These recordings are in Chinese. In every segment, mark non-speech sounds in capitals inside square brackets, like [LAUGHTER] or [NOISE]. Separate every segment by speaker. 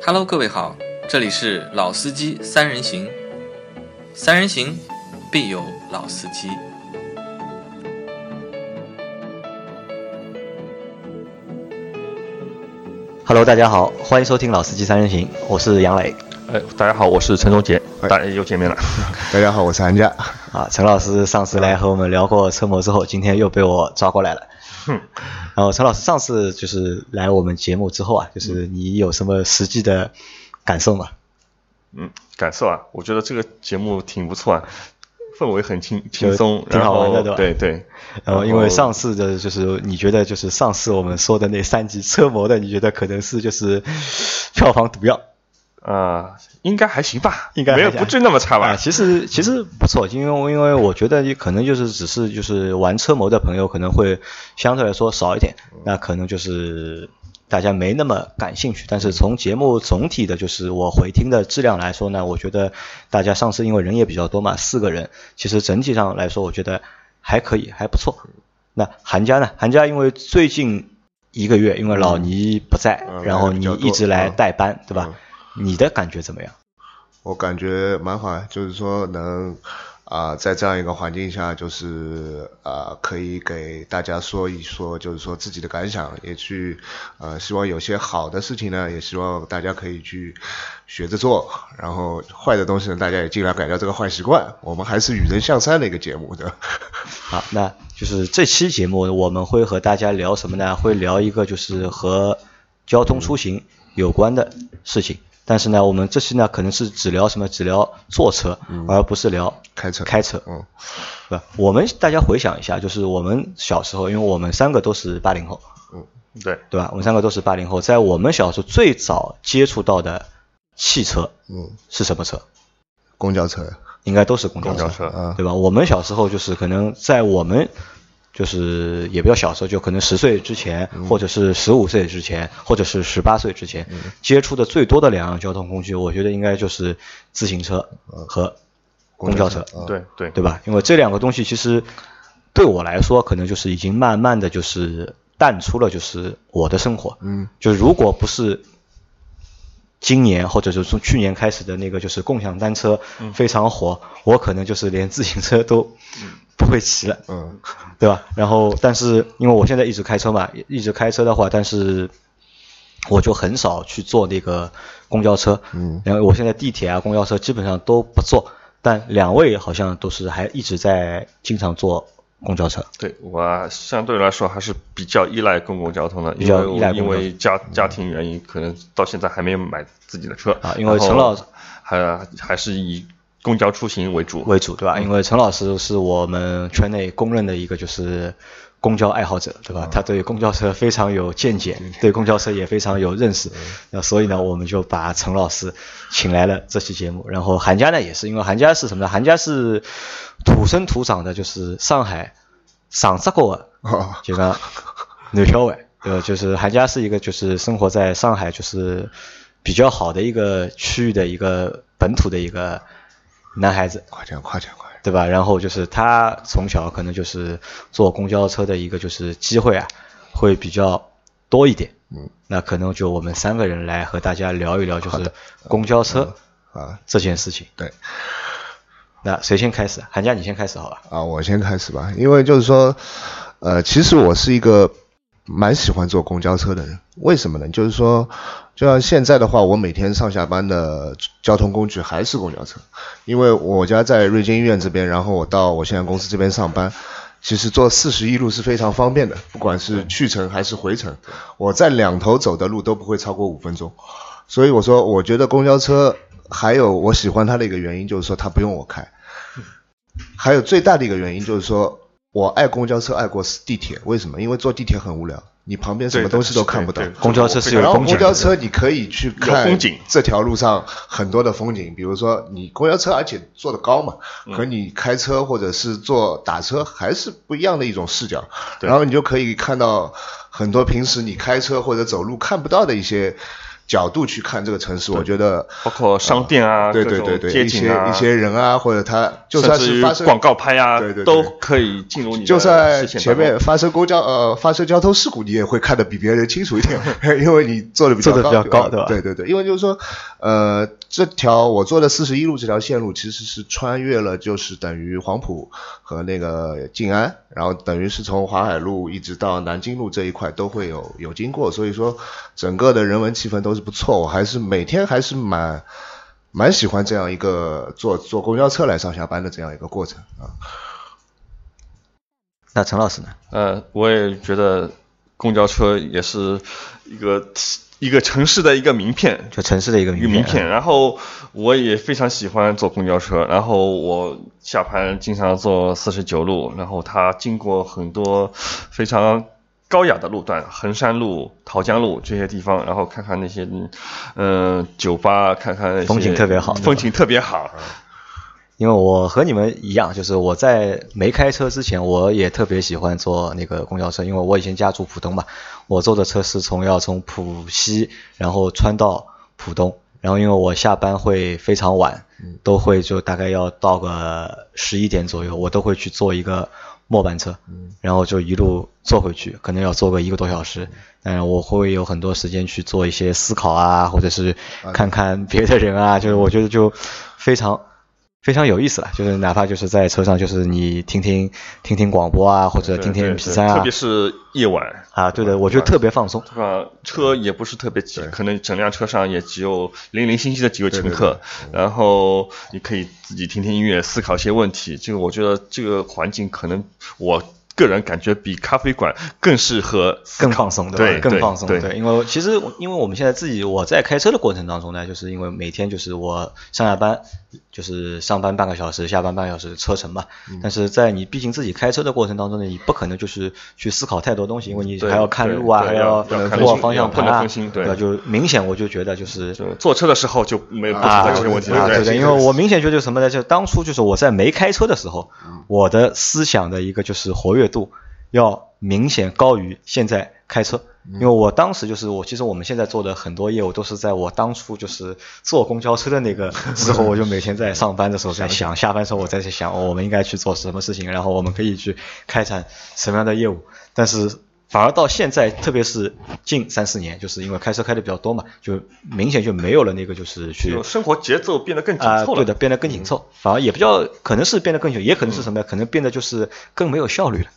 Speaker 1: Hello，各位好，这里是老司机三人行，三人行必有老司机。
Speaker 2: Hello，大家好，欢迎收听《老司机三人行》，我是杨磊
Speaker 3: 哎，大家好，我是陈忠杰，
Speaker 4: 哎
Speaker 3: 大家又见面了。
Speaker 4: 大家好，我是韩佳。
Speaker 2: 啊。陈老师上次来和我们聊过车模之后，今天又被我抓过来了。然后陈老师上次就是来我们节目之后啊，就是你有什么实际的感受吗？
Speaker 3: 嗯，感受啊，我觉得这个节目挺不错啊，氛围很轻
Speaker 2: 就
Speaker 3: 轻松，
Speaker 2: 挺好玩的
Speaker 3: 然后
Speaker 2: 对吧
Speaker 3: 对对。
Speaker 2: 然后因为上次的就是你觉得就是上次我们说的那三集车模的，你觉得可能是就是票房毒药。
Speaker 3: 啊、应该还行吧，
Speaker 2: 应该还
Speaker 3: 没有
Speaker 2: 行
Speaker 3: 不至于那么差吧？
Speaker 2: 啊，其实其实不错，因为因为我觉得可能就是只是就是玩车模的朋友可能会相对来说少一点，
Speaker 4: 嗯
Speaker 2: 那可能就是大家没那么感兴趣。但是从节目总体的就是我回听的质量来说呢，我觉得大家上次因为人也比较多嘛，四个人，其实整体上来说我觉得还可以，还不错。
Speaker 4: 嗯
Speaker 2: 那韩家呢？韩家因为最近一个月因为老倪不在，
Speaker 4: 嗯
Speaker 2: 然后
Speaker 4: 比
Speaker 2: 你
Speaker 4: 较多
Speaker 2: 一直来
Speaker 4: 嗯
Speaker 2: 代班，对吧？你的感觉怎么样？
Speaker 4: 我感觉蛮好，就是说能啊、在这样一个环境下，就是啊、可以给大家说一说，就是说自己的感想，也去呃，希望有些好的事情呢，也希望大家可以去学着做，然后坏的东西呢，大家也尽量改掉这个坏习惯。我们还是与人向善的一个节目的。
Speaker 2: 好，那就是这期节目我们会和大家聊什么呢？会聊一个就是和交通出行有关的事情。但是呢，我们这期呢可能是只聊什么？只聊坐车，而不是聊
Speaker 4: 开车
Speaker 2: 开车，
Speaker 4: 嗯，
Speaker 2: 对吧？我们大家回想一下，就是我们小时候，因为我们三个都是八零后，
Speaker 3: 对，
Speaker 2: 对吧？我们三个都是八零后，在我们小时候最早接触到的汽车，
Speaker 4: 嗯，
Speaker 2: 是什么车？
Speaker 4: 公交车，
Speaker 2: 应该都是公交
Speaker 3: 公交车
Speaker 4: 啊
Speaker 2: 对吧？我们小时候就是可能在我们就是也不叫小时候，就可能十岁之前，或者是十五岁之前，或者是十八岁之前，接触的最多的两样交通工具，我觉得应该就是自行车和呃公交车，
Speaker 4: 啊
Speaker 3: 对对
Speaker 2: 对吧？因为这两个东西其实对我来说，可能就是已经慢慢的就是淡出了，就是我的生活。
Speaker 4: 嗯，
Speaker 2: 就如果不是今年或者是从去年开始的那个就是共享单车非常火，我可能就是连自行车都不会骑了，
Speaker 4: 嗯，
Speaker 2: 对吧？然后，但是因为我现在一直开车嘛，一直开车的话，但是我就很少去坐那个公交车，
Speaker 4: 嗯
Speaker 2: 然后我现在地铁啊、公交车基本上都不坐，但两位好像都是还一直在经常坐公交车，
Speaker 3: 对，我相对来说还是比较依赖公共交通的，
Speaker 2: 比
Speaker 3: 因
Speaker 2: 较
Speaker 3: 为
Speaker 2: 依赖
Speaker 3: 我
Speaker 2: 公
Speaker 3: 因
Speaker 2: 共
Speaker 3: 为家家庭原因，可能到现在还没有买自己的车
Speaker 2: 啊因为陈老师
Speaker 3: 然后还还是以公交出行为主。
Speaker 2: 为主，对吧？因为陈老师是我们圈内公认的一个就是公交爱好者，对吧？他对公交车非常有见解，对公交车也非常有认识。那所以呢，我们就把陈老师请来了这期节目。然后韩家呢，也是因为韩家是什么呢？韩家是土生土长的，就是上海上浙过的 [LAUGHS]
Speaker 4: 哦
Speaker 2: 就讲南小湾，对吧？就是韩家是一个就是生活在上海就是比较好的一个区域的一个本土的一个男孩子，
Speaker 4: 快点，快点，快点。
Speaker 2: 对吧？然后就是他从小可能就是坐公交车的一个就是机会啊，会比较多一点。
Speaker 4: 嗯，
Speaker 2: 那可能就我们三个人来和大家聊一聊，就是公交车
Speaker 4: 啊
Speaker 2: 这件事情。
Speaker 4: 对。
Speaker 2: 那谁先开始？韩佳，你先开始好吧？
Speaker 4: 啊，我先开始吧，因为就是说，呃，其实我是一个蛮喜欢坐公交车的人，为什么呢？就是说，就像现在的话，我每天上下班的交通工具还是公交车，因为我家在瑞金医院这边，然后我到我现在公司这边上班。其实坐四十一路是非常方便的，不管是去程还是回程，我在两头走的路都不会超过五分钟。所以我说，我觉得公交车还有我喜欢它的一个原因就是说它不用我开，还有最大的一个原因就是说，我爱公交车爱过地铁，为什么？因为坐地铁很无聊，你旁边什么东西都看不到
Speaker 3: 对。对对
Speaker 2: 公交车是有
Speaker 4: 然后
Speaker 2: 风景
Speaker 4: 公交车你可以去看
Speaker 3: 有风景
Speaker 4: 这条路上很多的风景，比如说你公交车，而且坐得高嘛，
Speaker 3: 嗯
Speaker 4: 和你开车或者是坐打车还是不一样的一种视角。
Speaker 3: 对
Speaker 4: 然后你就可以看到很多平时你开车或者走路看不到的一些角度去看这个城市，我觉得
Speaker 3: 包括商店啊，
Speaker 4: 呃对
Speaker 3: 各
Speaker 4: 对
Speaker 3: 种
Speaker 4: 对对，
Speaker 3: 街
Speaker 4: 一
Speaker 3: 景
Speaker 4: 些
Speaker 3: 啊，
Speaker 4: 一些人啊，或者他就算
Speaker 3: 甚
Speaker 4: 是发
Speaker 3: 至于
Speaker 4: 生
Speaker 3: 广告拍啊，
Speaker 4: 对对对
Speaker 3: 都可以进入你的
Speaker 4: 就算
Speaker 3: 视线
Speaker 4: 前
Speaker 3: 当中
Speaker 4: 面发生公交呃发生交通事故，你也会看得比别人清楚一点， [LAUGHS] 因为你坐的比较
Speaker 2: 坐得比较高对吧
Speaker 4: 对对对，因为就是说，呃，这条我坐的四十一路这条线路其实是穿越了，就是等于黄埔和那个静安，然后等于是从淮海路一直到南京路这一块都会有有经过，所以说整个的人文气氛都是不错，我还是每天还是蛮。蛮喜欢这样一个坐坐公交车来上下班的这样一个过程啊，
Speaker 2: 那陈老师呢？
Speaker 3: 呃，我也觉得公交车也是一个一个城市的一个名片，
Speaker 2: 就城市的一个
Speaker 3: 一个
Speaker 2: 名
Speaker 3: 名
Speaker 2: 片，啊
Speaker 3: 片。然后我也非常喜欢坐公交车，然后我下盘经常坐四十九路，然后它经过很多非常高雅的路段，衡山路、桃江路这些地方，然后看看那些嗯、呃酒吧，看看那些
Speaker 2: 风景特别好对吧
Speaker 3: 风景特别好。
Speaker 2: 因为我和你们一样，就是我在没开车之前，我也特别喜欢坐那个公交车，因为我以前家住浦东嘛，我坐的车是从要从浦西，然后穿到浦东，然后因为我下班会非常晚，
Speaker 3: 嗯
Speaker 2: 都会就大概要到个十一点左右，我都会去坐一个末班车，
Speaker 3: 嗯
Speaker 2: 然后就一路坐回去，可能要坐个一个多小时，但是我会有很多时间去做一些思考啊，或者是看看别的人
Speaker 3: 嗯
Speaker 2: 啊，就是我觉得就非常。非常有意思了，啊就是哪怕就是在车上，就是你听听听听广播啊，或者
Speaker 3: 对
Speaker 2: 听
Speaker 3: 对
Speaker 2: 听
Speaker 3: 对
Speaker 2: MP 三啊
Speaker 3: 特别是夜晚，
Speaker 2: 啊，对的，我觉得特别放松。
Speaker 3: 是吧？车也不是特别挤，可能整辆车上也只有零零星星的几个乘客，
Speaker 2: 嗯
Speaker 3: 然后你可以自己听听音乐，思考一些问题。这个我觉得这个环境可能我个人感觉比咖啡馆更适合思
Speaker 2: 更
Speaker 3: 考
Speaker 2: 放松，
Speaker 3: 对
Speaker 2: 吧？更
Speaker 3: 对
Speaker 2: 放松，
Speaker 3: 对
Speaker 2: 因为其实我因为我们现在自己我在开车的过程当中呢，就是因为每天就是我上下班就是上班半个小时，下班半个小时车程嘛。
Speaker 3: 嗯
Speaker 2: 但是在你毕竟自己开车的过程当中呢，你不可能就是去思考太多东西，因为你
Speaker 3: 对
Speaker 2: 还要看路啊，
Speaker 3: 对
Speaker 2: 还
Speaker 3: 对要要看
Speaker 2: 握
Speaker 3: 路
Speaker 2: 方向盘
Speaker 3: 不能
Speaker 2: 啊
Speaker 3: 分心，对
Speaker 2: 吧就明显我就觉得就是
Speaker 3: 就坐车的时候就没有不存
Speaker 2: 啊，
Speaker 3: 在这些问题，
Speaker 2: 啊
Speaker 3: 对
Speaker 2: 对
Speaker 3: 不
Speaker 2: 的，因为我明显觉得就是什么呢？就当初就是我在没开车的时候，我的思想的一个就是活跃度要明显高于现在开车。因为我当时就是我，其实我们现在做的很多业务都是在我当初就是坐公交车的那个时候，我就每天在上班的时候在想，下班时候我在想、哦我们应该去做什么事情，然后我们可以去开展什么样的业务。但是反而到现在，特别是近三四年，就是因为开车开的比较多嘛，就明显就没有了那个就是去
Speaker 3: 就生活节奏变得更紧
Speaker 2: 啊、
Speaker 3: 凑了。嗯
Speaker 2: 对的，变得更紧凑，反而也比较，可能是变得更久，也可能是什么呀？可能变得就是更没有效率了。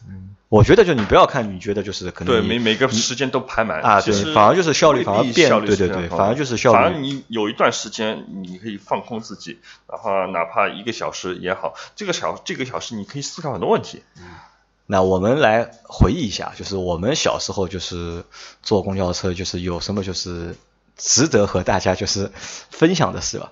Speaker 2: 我觉得就你不要看，你觉得就是可能
Speaker 3: 嗯对，
Speaker 2: 你
Speaker 3: 每每个时间都排满
Speaker 2: 啊
Speaker 3: 其实
Speaker 2: 对反而就是效率
Speaker 3: 未必
Speaker 2: 反而变
Speaker 3: 效率
Speaker 2: 对
Speaker 3: 是
Speaker 2: 对
Speaker 3: 这样
Speaker 2: 对
Speaker 3: 高
Speaker 2: 反而就是效率
Speaker 3: 反而你有一段时间你可以放空自己，然后哪怕一个小时也好，这个小这个小时你可以思考很多问题。
Speaker 2: 那我们来回忆一下，就是我们小时候就是坐公交车，就是有什么就是值得和大家就是分享的事吧。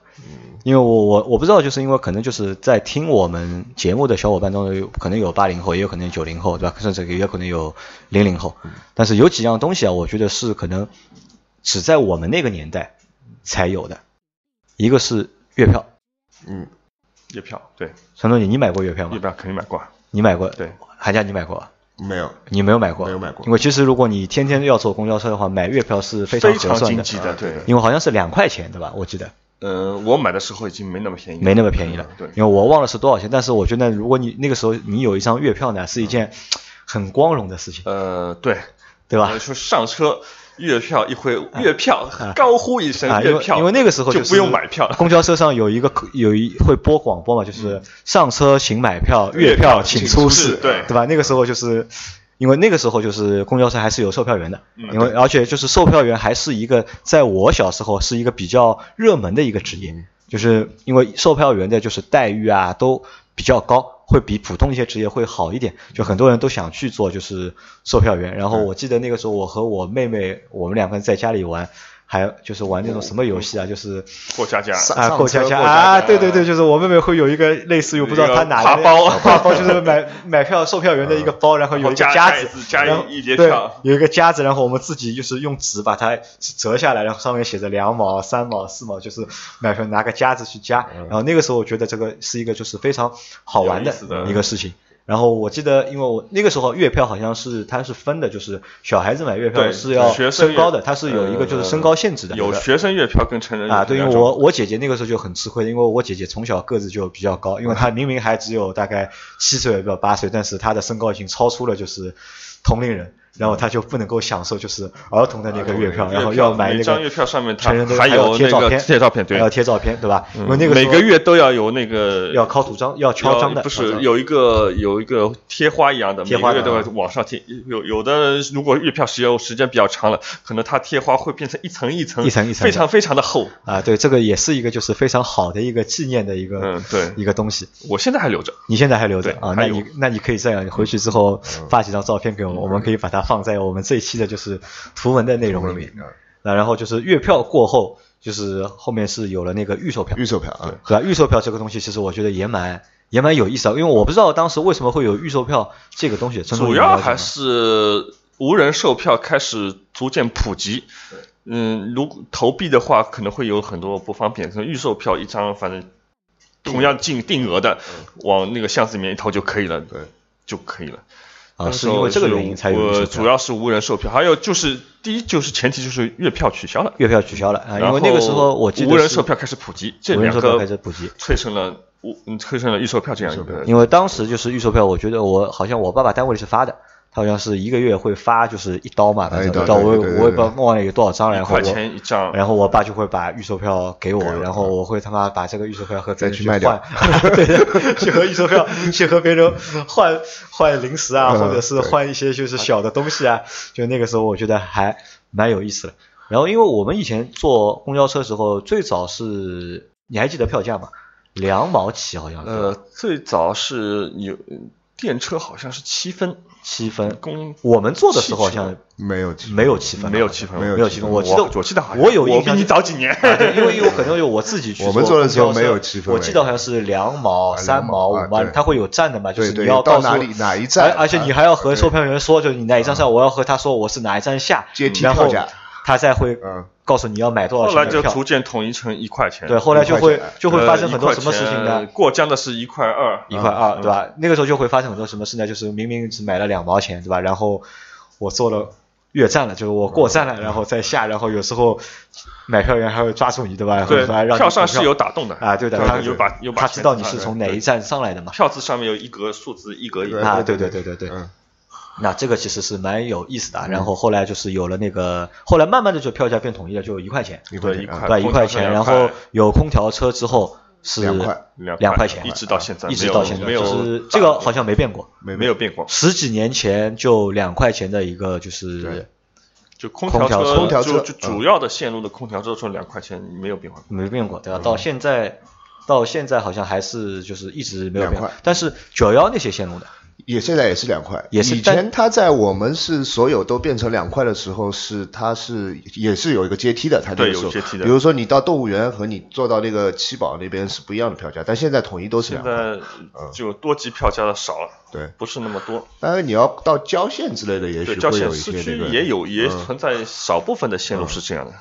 Speaker 2: 因为我我我不知道，就是因为可能就是在听我们节目的小伙伴当中有，可能有八零后，也有可能九零后，对吧？甚至也有可能有零零后。但是有几样东西啊，我觉得是可能只在我们那个年代才有的，一个是月票。
Speaker 3: 嗯，月票对，
Speaker 2: 陈总，你你买过月票
Speaker 3: 月
Speaker 2: 吗？
Speaker 3: 票肯定买过啊。
Speaker 2: 你买过？
Speaker 3: 对，
Speaker 2: 寒假你买过啊吧？
Speaker 4: 没有，
Speaker 2: 你没有买过，
Speaker 4: 没有买过
Speaker 2: 因为其实如果你天天要坐公交车的话，买月票是非常合
Speaker 3: 常
Speaker 2: 算
Speaker 3: 经
Speaker 2: 的，啊
Speaker 3: 济的，对。
Speaker 2: 因为好像是两块钱，对吧？我记得
Speaker 3: 呃，我买的时候已经没那么便宜了，
Speaker 2: 没那么便宜了，
Speaker 3: 嗯对，
Speaker 2: 因为我忘了是多少钱，但是我觉得如果你那个时候你有一张月票呢，是一件很光荣的事情，
Speaker 3: 呃，对，呃
Speaker 2: 对吧？
Speaker 3: 说上车月票一挥，月票高呼一声
Speaker 2: 啊，，因
Speaker 3: 月
Speaker 2: 为
Speaker 3: 呃票，
Speaker 2: 因为那个时候
Speaker 3: 就是不用买票了。
Speaker 2: 公交车上有一个有一会播广播嘛，就是上车请买票，
Speaker 3: 月
Speaker 2: 月
Speaker 3: 票
Speaker 2: 票请
Speaker 3: 请
Speaker 2: 出
Speaker 3: 出示
Speaker 2: 示，
Speaker 3: 对
Speaker 2: 对吧？那个时候就是。因为那个时候就是公交车还是有售票员的，
Speaker 3: 嗯
Speaker 2: 因为而且就是售票员还是一个在我小时候是一个比较热门的一个职业，就是因为售票员的就是待遇啊都比较高，会比普通一些职业会好一点，就很多人都想去做就是售票员。然后
Speaker 3: 嗯
Speaker 2: 我记得那个时候我和我妹妹我们两个人在家里玩，还就是玩
Speaker 3: 嗯
Speaker 2: 那种什么游戏啊，就是
Speaker 3: 过家家
Speaker 4: 上
Speaker 2: 啊，
Speaker 4: 上
Speaker 2: 过
Speaker 4: 车
Speaker 2: 家家
Speaker 4: 过家
Speaker 2: 啊，
Speaker 4: 家
Speaker 2: 对对对，就是我妹妹会有一个类似于不知道她哪来的
Speaker 3: 一个挎
Speaker 2: [LAUGHS]
Speaker 3: 包
Speaker 2: 挎包就是买买票售票员的一个包，然后有一个
Speaker 3: 加
Speaker 2: 夹
Speaker 3: 夹
Speaker 2: 子
Speaker 3: 子，加一
Speaker 2: 然后
Speaker 3: 一叠
Speaker 2: 对
Speaker 3: 票
Speaker 2: 有一个夹子，然后我们自己就是用纸把它折下来，然后上面写着两毛、三毛、四毛，就是买票拿个夹子去夹。然后那个时候我觉得这个是一个就是非常好玩
Speaker 3: 嗯有意思的
Speaker 2: 一个事情。然后我记得，因为我那个时候月票好像是它是分的，就是小孩子买月票
Speaker 3: 对
Speaker 2: 是要
Speaker 3: 学生
Speaker 2: 身高的，
Speaker 3: 月嗯呃
Speaker 2: 它是有一个就是身高限制的。
Speaker 3: 有学生月票跟成人月票
Speaker 2: 啊，对，因
Speaker 3: 两
Speaker 2: 为
Speaker 3: 种
Speaker 2: 我我姐姐那个时候就很吃亏，因为我姐姐从小个子就比较高，因为她明明还只有大概七岁到八岁，但是她的身高已经超出了就是同龄人，然后她就不能够享受就是儿童的那个月票，然后要买那
Speaker 3: 每
Speaker 2: 个
Speaker 3: 张啊月票上面它
Speaker 2: 成人的
Speaker 3: 还
Speaker 2: 还
Speaker 3: 有
Speaker 2: 贴
Speaker 3: 那个
Speaker 2: 片，
Speaker 3: 贴照片对
Speaker 2: 还要贴照片，对吧？因为
Speaker 3: 嗯
Speaker 2: 那个时
Speaker 3: 每
Speaker 2: 候
Speaker 3: 个月都要有那个
Speaker 2: 要敲图章，要敲章的，
Speaker 3: 不
Speaker 2: 敲
Speaker 3: 是
Speaker 2: 章
Speaker 3: 有一个有一个贴花一样的，每
Speaker 2: 贴
Speaker 3: 个
Speaker 2: 花
Speaker 3: 月
Speaker 2: 的啊
Speaker 3: 都要往上贴。有有的如果月票时间时间比较长了，可能它贴花会变成一层一层
Speaker 2: 一层一层的
Speaker 3: 非常非常的厚。
Speaker 2: 啊，对，这个也是一个就是非常好的一个纪念的一个、
Speaker 3: 嗯对
Speaker 2: 一个东西。
Speaker 3: 我现在还留着。
Speaker 2: 你现在还留着
Speaker 3: 对
Speaker 2: 啊？
Speaker 3: 还
Speaker 2: 那
Speaker 3: 有嗯
Speaker 2: 你那你可以这啊样，你回去之后发几张照片给我们，我们可以把它放在我们这一期的就是图文的内容里面。
Speaker 4: 啊，
Speaker 2: 那然后就是月票过后，就是后面是有了那个预售票，
Speaker 4: 预售票啊，
Speaker 2: 对吧？预售票这个东西，其实我觉得也蛮也蛮有意思的，因为我不知道当时为什么会有预售票这个东西。陈总
Speaker 3: 主
Speaker 2: 你了
Speaker 3: 要
Speaker 2: 解吗
Speaker 3: 还是无人售票开始逐渐普及。嗯，如果投币的话，可能会有很多不方便，可能预售票一张，反正同样进定额的，
Speaker 2: 嗯
Speaker 3: 往那个箱子里面一投就可以了，
Speaker 4: 对，
Speaker 3: 就可以了。
Speaker 2: 啊，
Speaker 3: 那
Speaker 2: 是
Speaker 3: 时
Speaker 2: 因
Speaker 3: 候
Speaker 2: 为这个
Speaker 3: 是
Speaker 2: 原因才有预售
Speaker 3: 我
Speaker 2: 票。
Speaker 3: 主要是无人售票，还有就是第一就是前提就是月票取消了，
Speaker 2: 月票取消了啊，
Speaker 3: 然
Speaker 2: 因
Speaker 3: 后
Speaker 2: 为那个时候我记得
Speaker 3: 无人
Speaker 2: 是
Speaker 3: 售票开始普及，这
Speaker 2: 无人
Speaker 3: 两
Speaker 2: 售票
Speaker 3: 个
Speaker 2: 开始普及，
Speaker 3: 催生了无嗯催生了预售票这样一个
Speaker 2: 因为当时就是预售票，我觉得我好像我爸爸单位里是发的，他好像是一个月会发就是一刀嘛，反正
Speaker 4: 哎对
Speaker 2: 一刀我也
Speaker 4: 对对对对
Speaker 2: 我也不知道忘了有多少张，然哎
Speaker 3: 一
Speaker 2: 后
Speaker 3: 块
Speaker 2: 我
Speaker 3: 钱一张，
Speaker 2: 然后我爸就会把预售票给我
Speaker 4: 给我，
Speaker 2: 然
Speaker 3: 嗯
Speaker 2: 后我会他妈把这个预售票和别人
Speaker 4: 再去卖掉
Speaker 2: 换， [LAUGHS] 对的，去和预售
Speaker 3: [LAUGHS]
Speaker 2: 票去和别人换换零食啊，
Speaker 4: 嗯
Speaker 2: 或者是
Speaker 4: 对
Speaker 2: 换一些就是小的东西啊，就那个时候我觉得还蛮有意思的。然后因为我们以前坐公交车时候，最早是你还记得票价吗？两毛起好像是。
Speaker 3: 呃，最早是有电车好像是七分，
Speaker 2: 七分。
Speaker 3: 公
Speaker 2: 我们做的时候好
Speaker 3: 汽
Speaker 2: 像
Speaker 4: 没有
Speaker 2: 没有七分，
Speaker 3: 没有七分
Speaker 2: 没
Speaker 4: 没有
Speaker 2: 有
Speaker 4: 七
Speaker 2: 七
Speaker 4: 分
Speaker 2: 分。我记得
Speaker 3: 我记得好像
Speaker 2: 我有印
Speaker 3: 我
Speaker 2: 象就
Speaker 3: 比你早几年，
Speaker 2: 啊对因为因为可能有我自己去
Speaker 4: 我们做的时候
Speaker 2: 公交
Speaker 4: 没有七分
Speaker 2: 我记得好像是两毛、
Speaker 4: 啊
Speaker 2: 三毛、
Speaker 4: 两
Speaker 2: 五
Speaker 4: 毛啊
Speaker 2: 毛
Speaker 4: 对，
Speaker 2: 它会有站的嘛，就是你
Speaker 4: 对对
Speaker 2: 要
Speaker 4: 到
Speaker 2: 告诉
Speaker 4: 哪
Speaker 2: 我
Speaker 4: 里哪一站
Speaker 2: 而而且
Speaker 4: 啊
Speaker 2: 你还要和售票员说，就是你哪一张上，我要和他说我是哪一站下，
Speaker 4: 阶梯
Speaker 2: 然后
Speaker 4: 票价
Speaker 2: 他再会
Speaker 4: 嗯
Speaker 2: 告诉你要买多少
Speaker 3: [LAUGHS] 后来
Speaker 2: 钱
Speaker 3: 就
Speaker 2: 的
Speaker 3: 逐
Speaker 2: 票。
Speaker 3: 渐统一成一块钱，
Speaker 2: 对，后来就
Speaker 4: 一
Speaker 2: 会
Speaker 4: 块钱啊
Speaker 2: 就会发生
Speaker 3: 呃
Speaker 2: 很多什么事情
Speaker 3: 一块
Speaker 2: 呢
Speaker 3: 钱？过江的是一块二，
Speaker 2: 一块啊二，对吧？那个时候就会发生很多什么事呢？就是明明只买了两毛钱，对吧？然后我做了越站了，就是我过站
Speaker 4: 嗯
Speaker 2: 了，然后再下，然后有时候买票员还会抓住你，对吧？
Speaker 3: 对，
Speaker 2: 还让你
Speaker 3: 票上是有
Speaker 2: 打
Speaker 3: 打洞的
Speaker 2: 啊，对的，
Speaker 3: 票
Speaker 2: 他
Speaker 3: 上有把有把
Speaker 2: 他
Speaker 3: 钱
Speaker 2: 知道你
Speaker 3: 打
Speaker 2: 是
Speaker 3: 的
Speaker 2: 从哪
Speaker 3: 对
Speaker 2: 一站上来的嘛？
Speaker 3: 票子上面有一格数字，一格一格。
Speaker 2: 啊，对对对对对，
Speaker 4: 嗯，
Speaker 2: 那这个其实是蛮有意思的啊。然后
Speaker 3: 嗯
Speaker 2: 后来就是有了那个，后来慢慢的就票价变统一了，就一块钱，
Speaker 4: 一块
Speaker 3: 对，
Speaker 4: 钱
Speaker 3: 一
Speaker 4: 啊
Speaker 3: 块
Speaker 2: 对，一
Speaker 3: 空
Speaker 2: 块
Speaker 3: 调车
Speaker 2: 钱。
Speaker 3: 两
Speaker 2: 然
Speaker 3: 块
Speaker 2: 后有空调车之后是
Speaker 4: 两块
Speaker 3: 两
Speaker 2: 两
Speaker 3: 块
Speaker 2: 钱，
Speaker 3: 一直到现在
Speaker 2: 一直
Speaker 3: 没有
Speaker 2: 到现在，
Speaker 3: 没有嗯
Speaker 2: 就是这个好像没变过。
Speaker 4: 没
Speaker 3: 没有变过，
Speaker 2: 十几年前就两块钱的一个就
Speaker 4: 对
Speaker 2: 是
Speaker 3: 就空
Speaker 2: 空调
Speaker 3: 车，
Speaker 2: 车
Speaker 4: 空调
Speaker 3: 就
Speaker 4: 车
Speaker 3: 就
Speaker 4: 嗯
Speaker 3: 主要的线路的空调车是两块钱，没有变化过。
Speaker 2: 没变过，对
Speaker 3: 嗯
Speaker 2: 吧？到现在到现在好像还是就是一直没有变
Speaker 4: 两
Speaker 2: 过
Speaker 4: 块，
Speaker 2: 但是九幺那些线路的
Speaker 4: 也现在也是两块，
Speaker 2: 也是
Speaker 4: 以
Speaker 2: 但
Speaker 4: 前它在我们是所有都变成两块的时候，是它是也是有一个阶梯的，它那
Speaker 3: 对
Speaker 4: 个时候
Speaker 3: 有阶梯的
Speaker 4: 比如说你到动物园和你坐到那个七宝那边是不一样的票价，但现在统一都是
Speaker 3: 现
Speaker 4: 两块。
Speaker 3: 在
Speaker 2: 嗯
Speaker 3: 就多级票价的少了，
Speaker 4: 对，
Speaker 3: 不是那么多。
Speaker 4: 当然你要到郊县之类的，也
Speaker 3: 对，
Speaker 4: 许
Speaker 3: 郊
Speaker 4: 会
Speaker 3: 县
Speaker 4: 有一
Speaker 3: 市
Speaker 4: 些
Speaker 3: 区
Speaker 4: 那个。
Speaker 3: 也有，也
Speaker 2: 嗯
Speaker 3: 存在少部分的线路是这样的。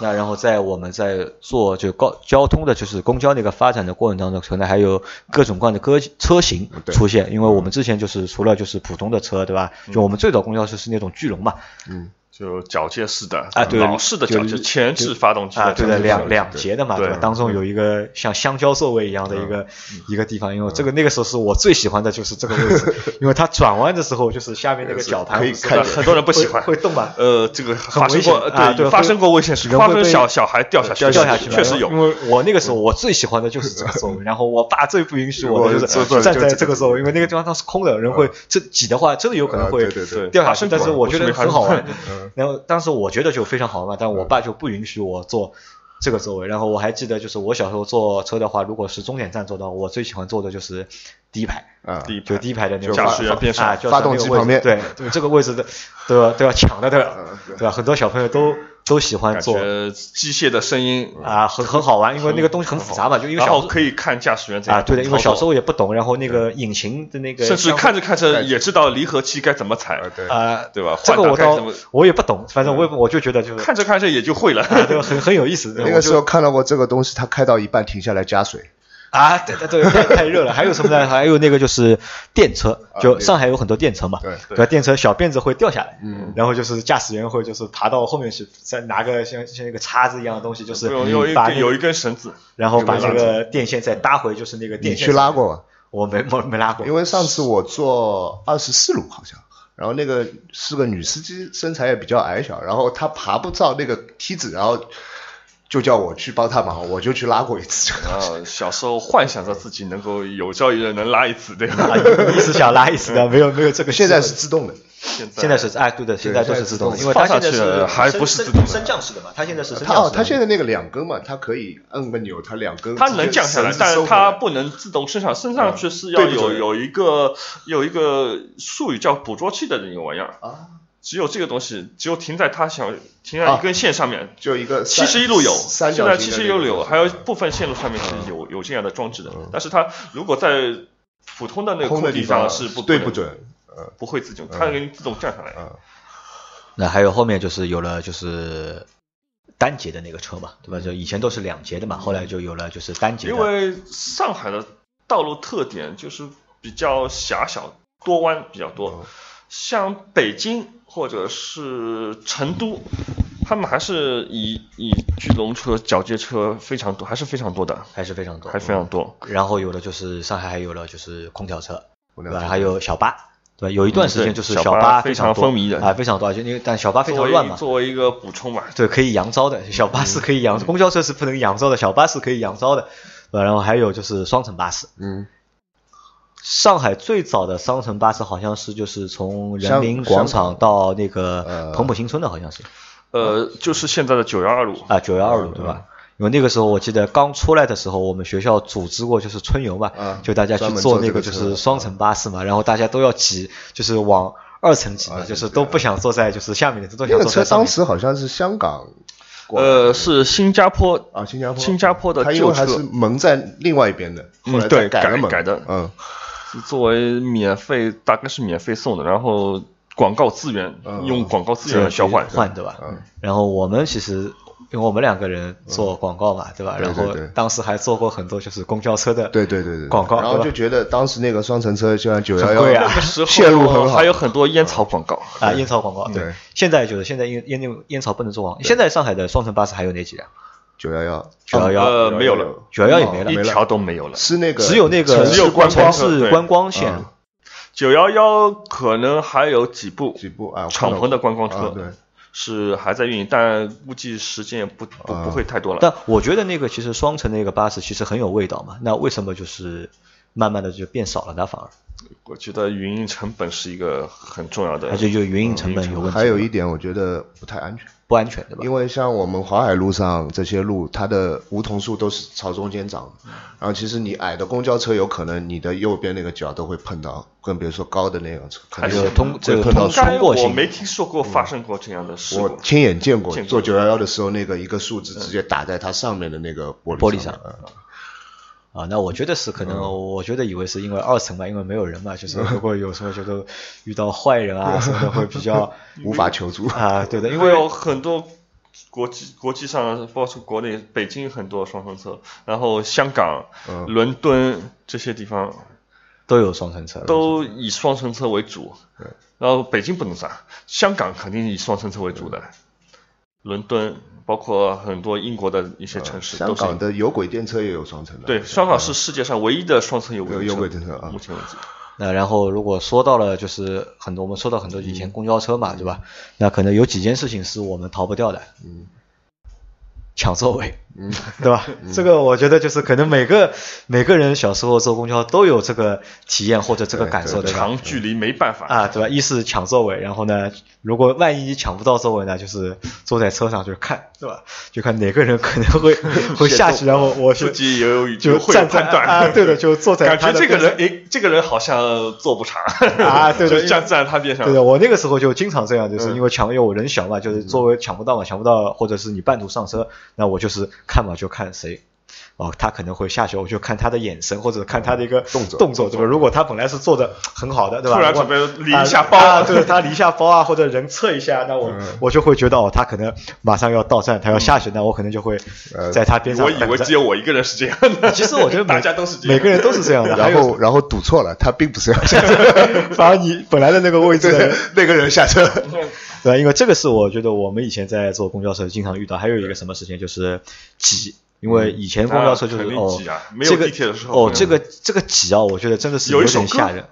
Speaker 2: 那然后在我们在做就高交通的，就是公交那个发展的过程当中，可能还有各种各样的车车型
Speaker 4: 对
Speaker 2: 出现，因为我们之前就是除了就是普通的车，对吧？就我们最早公交车是那种巨龙嘛，
Speaker 3: 就铰接式的
Speaker 2: 啊对
Speaker 3: 老式的
Speaker 2: 就
Speaker 3: 铰接前置发动机
Speaker 2: 啊，
Speaker 3: 的
Speaker 2: 对的，
Speaker 3: 铰接
Speaker 2: 两
Speaker 3: 式
Speaker 2: 两节的嘛，
Speaker 3: 对
Speaker 2: 对吧？当中有一个像香蕉座位一样的一个一个地方，因为这个那个时候是我最喜欢的就是这个位置，因为它转弯的时候就是下面那个绞盘
Speaker 4: 可以
Speaker 2: 是
Speaker 4: 看
Speaker 2: 吧
Speaker 4: 见
Speaker 3: 很多人不喜欢
Speaker 2: 会会动吧？
Speaker 3: 呃，这个发
Speaker 2: 危
Speaker 3: 生过，
Speaker 2: 险
Speaker 3: 呃
Speaker 2: 啊对
Speaker 3: 发
Speaker 2: 会
Speaker 3: 生过危险事，
Speaker 2: 人
Speaker 3: 发
Speaker 2: 会
Speaker 3: 生
Speaker 2: 被
Speaker 3: 小小孩掉下去
Speaker 2: 掉
Speaker 3: 的，
Speaker 2: 下去嘛
Speaker 3: 确实有
Speaker 2: 因。为我那个时候我最喜欢的就是这个座位，然后我爸最不允许我的就
Speaker 4: 我坐
Speaker 2: 是站在这个座位，因为那个地方它是空的，人会这挤的话，真的有可能
Speaker 4: 啊
Speaker 2: 会
Speaker 4: 对对对
Speaker 2: 掉下
Speaker 3: 发
Speaker 2: 去
Speaker 3: 生。
Speaker 2: 但是
Speaker 3: 过
Speaker 2: 我
Speaker 3: 不
Speaker 2: 觉
Speaker 3: 是
Speaker 2: 得
Speaker 3: 没发
Speaker 2: 很
Speaker 3: 生
Speaker 2: 好
Speaker 3: 过
Speaker 2: 玩，然后当时我觉得就非常好玩，但我爸就不允许我坐这个座位。然后我还记得，就是我小时候坐车的话，如果是终点站坐到，我最喜欢坐的就是第一排。
Speaker 4: 啊，
Speaker 3: 第一
Speaker 2: 就
Speaker 3: 排
Speaker 2: 第一排的那
Speaker 3: 就
Speaker 2: 个
Speaker 3: 驾驶员边上
Speaker 2: 啊就
Speaker 4: 发动机旁边
Speaker 2: 对，对这个位置的都要都要抢的，对吧？对吧？很多小朋友都都喜欢
Speaker 3: 感
Speaker 2: 坐
Speaker 3: 觉机械的声音，
Speaker 2: 啊，很很好玩，因为那个东西很复杂嘛，就因为
Speaker 3: 然
Speaker 2: 小
Speaker 3: 后可以看驾驶员怎样
Speaker 2: 啊，对的，因为
Speaker 3: 操
Speaker 2: 小
Speaker 3: 作
Speaker 2: 时候也不懂，然后那个引擎的那个
Speaker 3: 甚至
Speaker 2: 像
Speaker 3: 看着看着也知道离合器该怎么踩，
Speaker 4: 啊对
Speaker 2: 啊，
Speaker 3: 对吧
Speaker 2: 这个
Speaker 3: 换挡
Speaker 2: 我
Speaker 3: 该
Speaker 2: 倒
Speaker 3: 怎么嗯
Speaker 2: 我也不懂，反正我也不我就觉得就是
Speaker 3: 看着看着也就会了。
Speaker 2: 啊，对，很很有意思。
Speaker 4: 那个时候
Speaker 2: 我就
Speaker 4: 看到过这个东西，它开到一半停下来加水，
Speaker 2: 啊，对对对，太太热了。还有什么呢？还有那个就是电车，
Speaker 3: 啊
Speaker 2: 就上海有很多电车嘛，
Speaker 4: 对嗯
Speaker 2: 对吧？电车小辫子会掉下
Speaker 3: 嗯
Speaker 2: 来，然后就是驾驶员会就是爬到后面去，再拿个像像一个叉子一样的东西，就是
Speaker 3: 有有一
Speaker 2: 把
Speaker 3: 根
Speaker 2: 那
Speaker 3: 有一根绳子，
Speaker 2: 然后把
Speaker 3: 有一
Speaker 2: 这
Speaker 3: 根
Speaker 2: 个电线再搭回就是那个
Speaker 4: 你
Speaker 2: 电线。
Speaker 4: 去拉？过吧？
Speaker 2: 我没我没拉过，
Speaker 4: 因为上次我坐二十四路好像，然后那个是个女司机，身材也比较矮小，然后她爬不到那个梯子，然后就叫我去帮她忙，我就去拉过一次 [LAUGHS] 这个
Speaker 3: 啊
Speaker 4: 东西。，
Speaker 3: 小时候幻想着自己能够有朝一日能拉一次，对吧？
Speaker 2: 啊一直想拉一直的，没有没有这个机会。
Speaker 4: 现在是自动的，
Speaker 3: 现在
Speaker 2: 现在是哎，对的，现在都是自动的，
Speaker 4: 现在是自动的
Speaker 2: 因为它现在
Speaker 3: 放上
Speaker 2: 是
Speaker 3: 去还不是自动的
Speaker 2: 升升降式的嘛，它现在是升
Speaker 4: 它
Speaker 2: 降式
Speaker 4: 哦
Speaker 2: 的，。
Speaker 4: 它现在那个两根嘛，它可以摁个钮，它两根
Speaker 3: 它能降下来，但是
Speaker 4: 是
Speaker 3: 它不能自动升上，升上去是要
Speaker 4: 嗯对不
Speaker 3: 有
Speaker 4: 准
Speaker 3: 有一个有一个术语叫捕捉器的那个玩意儿，
Speaker 4: 啊，
Speaker 3: 只有这个东西，只有停在它想停在一根线上面。
Speaker 4: 就一个
Speaker 3: 七
Speaker 4: 三
Speaker 3: 十一路有，
Speaker 4: 三
Speaker 3: 现在
Speaker 4: 角形的那
Speaker 3: 七
Speaker 4: 个
Speaker 3: 十一路有，还有
Speaker 4: 东西嗯
Speaker 3: 部分线路上面是有有这样的装置的，但是它如果在普通的那个
Speaker 4: 空的
Speaker 3: 空
Speaker 4: 地
Speaker 3: 地
Speaker 4: 方
Speaker 3: 上是不
Speaker 4: 对
Speaker 3: 能
Speaker 4: 不，准，呃嗯
Speaker 3: 不会自动，它能给你自动降下来。
Speaker 2: 那还有后面就是有了就是单节的那个车嘛，对吧？就以前都是两节的嘛，后来就有了就是单节的。
Speaker 3: 因为上海的道路特点就是比较狭小，多弯比较
Speaker 4: 嗯
Speaker 3: 多。像北京或者是成都，他们还是以以巨龙车、铰接车非常多，还是非常多的，
Speaker 2: 还是非常多，嗯
Speaker 3: 还非常多。
Speaker 2: 然后有了就是上海还有了就是空调车，
Speaker 4: 空
Speaker 2: 对
Speaker 4: 调
Speaker 2: 吧？
Speaker 4: 车
Speaker 2: 还有小巴，对吧？有一段时间就是
Speaker 3: 嗯对小
Speaker 2: 巴
Speaker 3: 巴
Speaker 2: 非常
Speaker 3: 非
Speaker 2: 多
Speaker 3: 常风靡的
Speaker 2: 啊，非常多，就因为但小巴非
Speaker 3: 作
Speaker 2: 常乱
Speaker 3: 为
Speaker 2: 嘛。
Speaker 3: 作为一个补充吧，
Speaker 2: 对，可以扬招的，小巴
Speaker 4: 嗯
Speaker 2: 是可以扬，公交车是不能扬招的，小巴是可以扬招的，对吧？然后还有就是双层巴士，
Speaker 4: 嗯，
Speaker 2: 上海最早的双层巴士好像是就是从人
Speaker 4: 香
Speaker 2: 民广
Speaker 4: 香港
Speaker 2: 场到那
Speaker 4: 呃
Speaker 2: 个彭浦新村的，好像是
Speaker 3: 呃，就是现在的九幺二路，
Speaker 2: 啊九幺二
Speaker 4: 呃
Speaker 2: 路对吧？因为那个时候我记得刚出来的时候，我们学校组织过就是春游嘛，
Speaker 4: 啊
Speaker 2: 就大家去
Speaker 4: 专门
Speaker 2: 坐
Speaker 4: 坐
Speaker 2: 那
Speaker 4: 这
Speaker 2: 个
Speaker 4: 个
Speaker 2: 就
Speaker 4: 车
Speaker 2: 是双层巴士嘛，然后大家都要挤，就是往二层挤
Speaker 4: 二
Speaker 2: 嘛，
Speaker 4: 层
Speaker 2: 就是
Speaker 4: 挤
Speaker 2: 都不想坐在就是下面的，都
Speaker 4: 那
Speaker 2: 想
Speaker 4: 个
Speaker 2: 坐在
Speaker 4: 车
Speaker 2: 上
Speaker 4: 当
Speaker 2: 面。
Speaker 4: 时好像是香港过来的。
Speaker 3: 呃，是新加坡
Speaker 4: 啊，新加坡，
Speaker 3: 新加坡的
Speaker 4: 它因
Speaker 3: 旧
Speaker 4: 为还
Speaker 3: 车
Speaker 4: 是蒙在另外一边的，
Speaker 3: 嗯
Speaker 4: 后来
Speaker 3: 对
Speaker 4: 改
Speaker 3: 改
Speaker 4: 了蒙，
Speaker 3: 改的
Speaker 4: 嗯
Speaker 3: 是作为免费，大概是免费送的，然后广告资源、
Speaker 4: 嗯
Speaker 3: 用广告资源来啊交换，
Speaker 2: 换对吧？
Speaker 4: 嗯
Speaker 2: 然后我们其实因为我们两个人做广告嘛，对吧？
Speaker 4: 对对
Speaker 2: 然
Speaker 4: 对
Speaker 2: 后当时还做过很多就是公交车的
Speaker 4: 对对对对，
Speaker 2: 广告，
Speaker 4: 然
Speaker 2: 对
Speaker 4: 后
Speaker 2: 吧
Speaker 4: 就觉得当时那个双层车就像九幺
Speaker 2: 很贵
Speaker 4: 幺 [LAUGHS]
Speaker 2: 啊
Speaker 3: 那时候
Speaker 4: 线路很好
Speaker 3: 还有很多烟草广告，
Speaker 2: 啊，烟草广告对
Speaker 4: 对，
Speaker 2: 现在就是现在烟烟那种烟草不能做广告。现在上海的双层巴士还有哪几辆？
Speaker 4: 九
Speaker 2: [LAUGHS]
Speaker 4: 幺幺，
Speaker 2: 九幺幺，
Speaker 3: 呃，没有了，
Speaker 2: 九幺幺也没
Speaker 3: 一
Speaker 2: 了，
Speaker 3: 条都没有了。
Speaker 4: 是那个
Speaker 2: 只有那个
Speaker 3: 城市
Speaker 2: 是
Speaker 3: 观光
Speaker 2: 城市
Speaker 3: 对
Speaker 2: 观光线，
Speaker 3: 九幺幺可能还有几部
Speaker 4: 几部啊
Speaker 3: 敞篷的观光
Speaker 4: 啊
Speaker 3: 车，
Speaker 4: 对，
Speaker 3: 是还在运营，但估计时间也不不
Speaker 4: 啊
Speaker 3: 不会太多了。
Speaker 2: 但我觉得那个其实双层那个巴士其实很有味道嘛。那为什么就是慢慢的就变少了呢？反而
Speaker 3: 我觉得运营成本是一个很重要的
Speaker 2: 而，且就运营成本有问题，
Speaker 4: 还有一点我觉得不太安全，
Speaker 2: 不安全对吧？
Speaker 4: 因为像我们淮海路上这些路，它的梧桐树都是朝中间长的，然后其实你矮的公交车有可能你的右边那个角都会碰到，更别说高的那辆车，可
Speaker 2: 还
Speaker 4: 能
Speaker 2: 是通这个
Speaker 4: 碰
Speaker 2: 通
Speaker 4: 到
Speaker 3: 应该
Speaker 2: 通过
Speaker 3: 我
Speaker 2: 性
Speaker 3: 没听说过发生过这样的事
Speaker 4: 嗯我
Speaker 3: 故。
Speaker 4: 亲眼见过
Speaker 3: 见，过
Speaker 4: 坐九幺幺的时候，那个一个树枝直接打在它上面的那个玻
Speaker 2: 玻璃
Speaker 4: 上呃
Speaker 2: 上，啊，那我觉得是可能，我觉得以为是因为二层嘛，因为没有人嘛，就是如果有什么觉得遇到坏人啊什么的会比 [LAUGHS] 较
Speaker 4: 无法求助。
Speaker 2: 啊，对的，因
Speaker 3: 因为
Speaker 2: 为
Speaker 3: 有很多国际国际上，包括国内，北京很多双层车，然后香港、
Speaker 4: 嗯
Speaker 3: 伦敦这些地方
Speaker 2: 都有双层车，
Speaker 3: 都以双层车为主。然后北京不能算，香港肯定以双层车为主的，伦敦包括很多英国的一些城市
Speaker 4: 啊呃香
Speaker 3: 都是。
Speaker 4: 港的有轨电车也有双层的，
Speaker 3: 对，香港是世界上唯一的双层有轨
Speaker 4: 有
Speaker 3: 电
Speaker 4: 有
Speaker 3: 车
Speaker 4: 轨电车啊
Speaker 3: 目前为止。
Speaker 2: 那然后如果说到了就是很多我们说到很多以前公交车嘛，对吧？那可能有几件事情是我们逃不掉的，嗯，抢座位，嗯， [LAUGHS] 对吧？这个我觉得就是可能每个每个人小时候坐公交都有这个体验或者这个
Speaker 4: 对
Speaker 2: 感受，对吧？
Speaker 3: 长距离没办法。
Speaker 2: 啊，对吧？一是抢座位，然后呢，如果万一抢不到座位呢，就是坐在车上就是看，对吧？就看哪个人可能
Speaker 3: [LAUGHS]
Speaker 2: 会会下去，然后我
Speaker 3: 自
Speaker 2: 是
Speaker 3: 己有有
Speaker 2: 就
Speaker 3: 会有
Speaker 2: 站在
Speaker 3: 判断
Speaker 2: 啊，对的，就坐在
Speaker 3: 感
Speaker 2: 他的
Speaker 3: 觉这个
Speaker 2: 边上
Speaker 3: 人，诶，这个人好像坐不
Speaker 4: [LAUGHS]
Speaker 3: 长
Speaker 2: [LAUGHS] 啊对对
Speaker 3: 就站站在他边上嗯
Speaker 2: 对。的，我那个时候就经常这样，就是因为抢，因为我人小嘛，就是座位抢不到嘛，抢不到，或者是你半途上车，那我就是看嘛，就看谁哦，他可能会下去，我就看他的眼神或者看他的一个
Speaker 4: 动作
Speaker 2: 动作，对吧？如果他本来是做的很好的，对吧？
Speaker 3: 突然
Speaker 2: 如果
Speaker 3: 准备理一下包嗯
Speaker 2: 啊啊对他理一下包啊，或者人侧一下，那我、我就会觉得哦，他可能马上要到站，他要下去，那我可能就会
Speaker 4: 呃
Speaker 2: 在他边上
Speaker 3: 我以
Speaker 2: 等
Speaker 3: 为
Speaker 2: 着
Speaker 3: 只有我一个人是这样
Speaker 4: [LAUGHS]
Speaker 3: 的，
Speaker 2: 其实我觉得每
Speaker 3: [LAUGHS] 大家都是这样，
Speaker 2: 每个人都是这
Speaker 3: [LAUGHS]
Speaker 2: 样的，还
Speaker 4: 然
Speaker 2: 有
Speaker 4: 后然后赌错了，他并不是要下车，
Speaker 2: 反而你本来的那个位置的人
Speaker 4: 对，那个人下车了。
Speaker 2: 对吧，啊因为这个是我觉得我们以前在坐公交车经常遇到，还有一个什么事情就是挤，因为以前公交车就是、
Speaker 3: 啊肯定
Speaker 2: 哦
Speaker 3: 挤啊，没有
Speaker 2: 这个
Speaker 3: 地铁的时候
Speaker 2: 哦
Speaker 3: 嗯
Speaker 2: 这个这个挤啊，我觉得真的是
Speaker 3: 有一首
Speaker 2: 点
Speaker 3: 歌
Speaker 2: 吓人。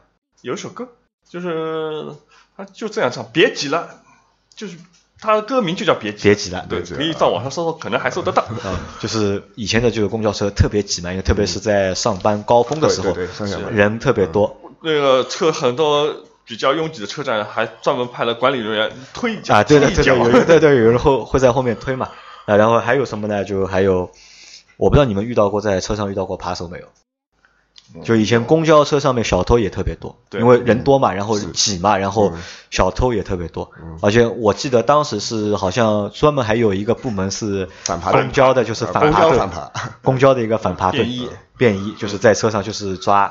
Speaker 3: 有一首歌，就是他就这样唱，别急了，就是他的歌名就叫别急，
Speaker 2: 别急了
Speaker 3: 对，
Speaker 4: 别急了啊
Speaker 3: 可以到网上搜搜，可能还搜得
Speaker 4: [LAUGHS]
Speaker 3: 到。
Speaker 2: 啊，就是以前的这个公交车特别挤嘛，因为特别是在上班高峰的时候，
Speaker 4: 对对对上下班
Speaker 2: 人特别多、
Speaker 3: 那个车很多比较拥挤的车站，还专门派了管理人员推一脚，
Speaker 2: 啊，对的，对的，
Speaker 3: 推一脚
Speaker 2: 有，
Speaker 3: [LAUGHS]
Speaker 2: 人对对，有人后会在后面推嘛。啊，然后还有什么呢？就还有，我不知道你们遇到过在车上遇到过扒手没有？
Speaker 4: 嗯
Speaker 2: 就以前公交车上面小偷也特别多，
Speaker 3: 对
Speaker 2: 因为人多嘛，然后挤嘛，然
Speaker 4: 嗯
Speaker 2: 后小偷也特别多。而且我记得当时是好像专门还有一个部门是
Speaker 4: 反扒队呃
Speaker 2: 公交的，就是反
Speaker 4: 公
Speaker 2: 扒
Speaker 4: 交
Speaker 2: 队
Speaker 4: 反扒，
Speaker 2: [LAUGHS] 公交的一个反扒队，
Speaker 3: 便衣
Speaker 2: 便衣就是在车上就是抓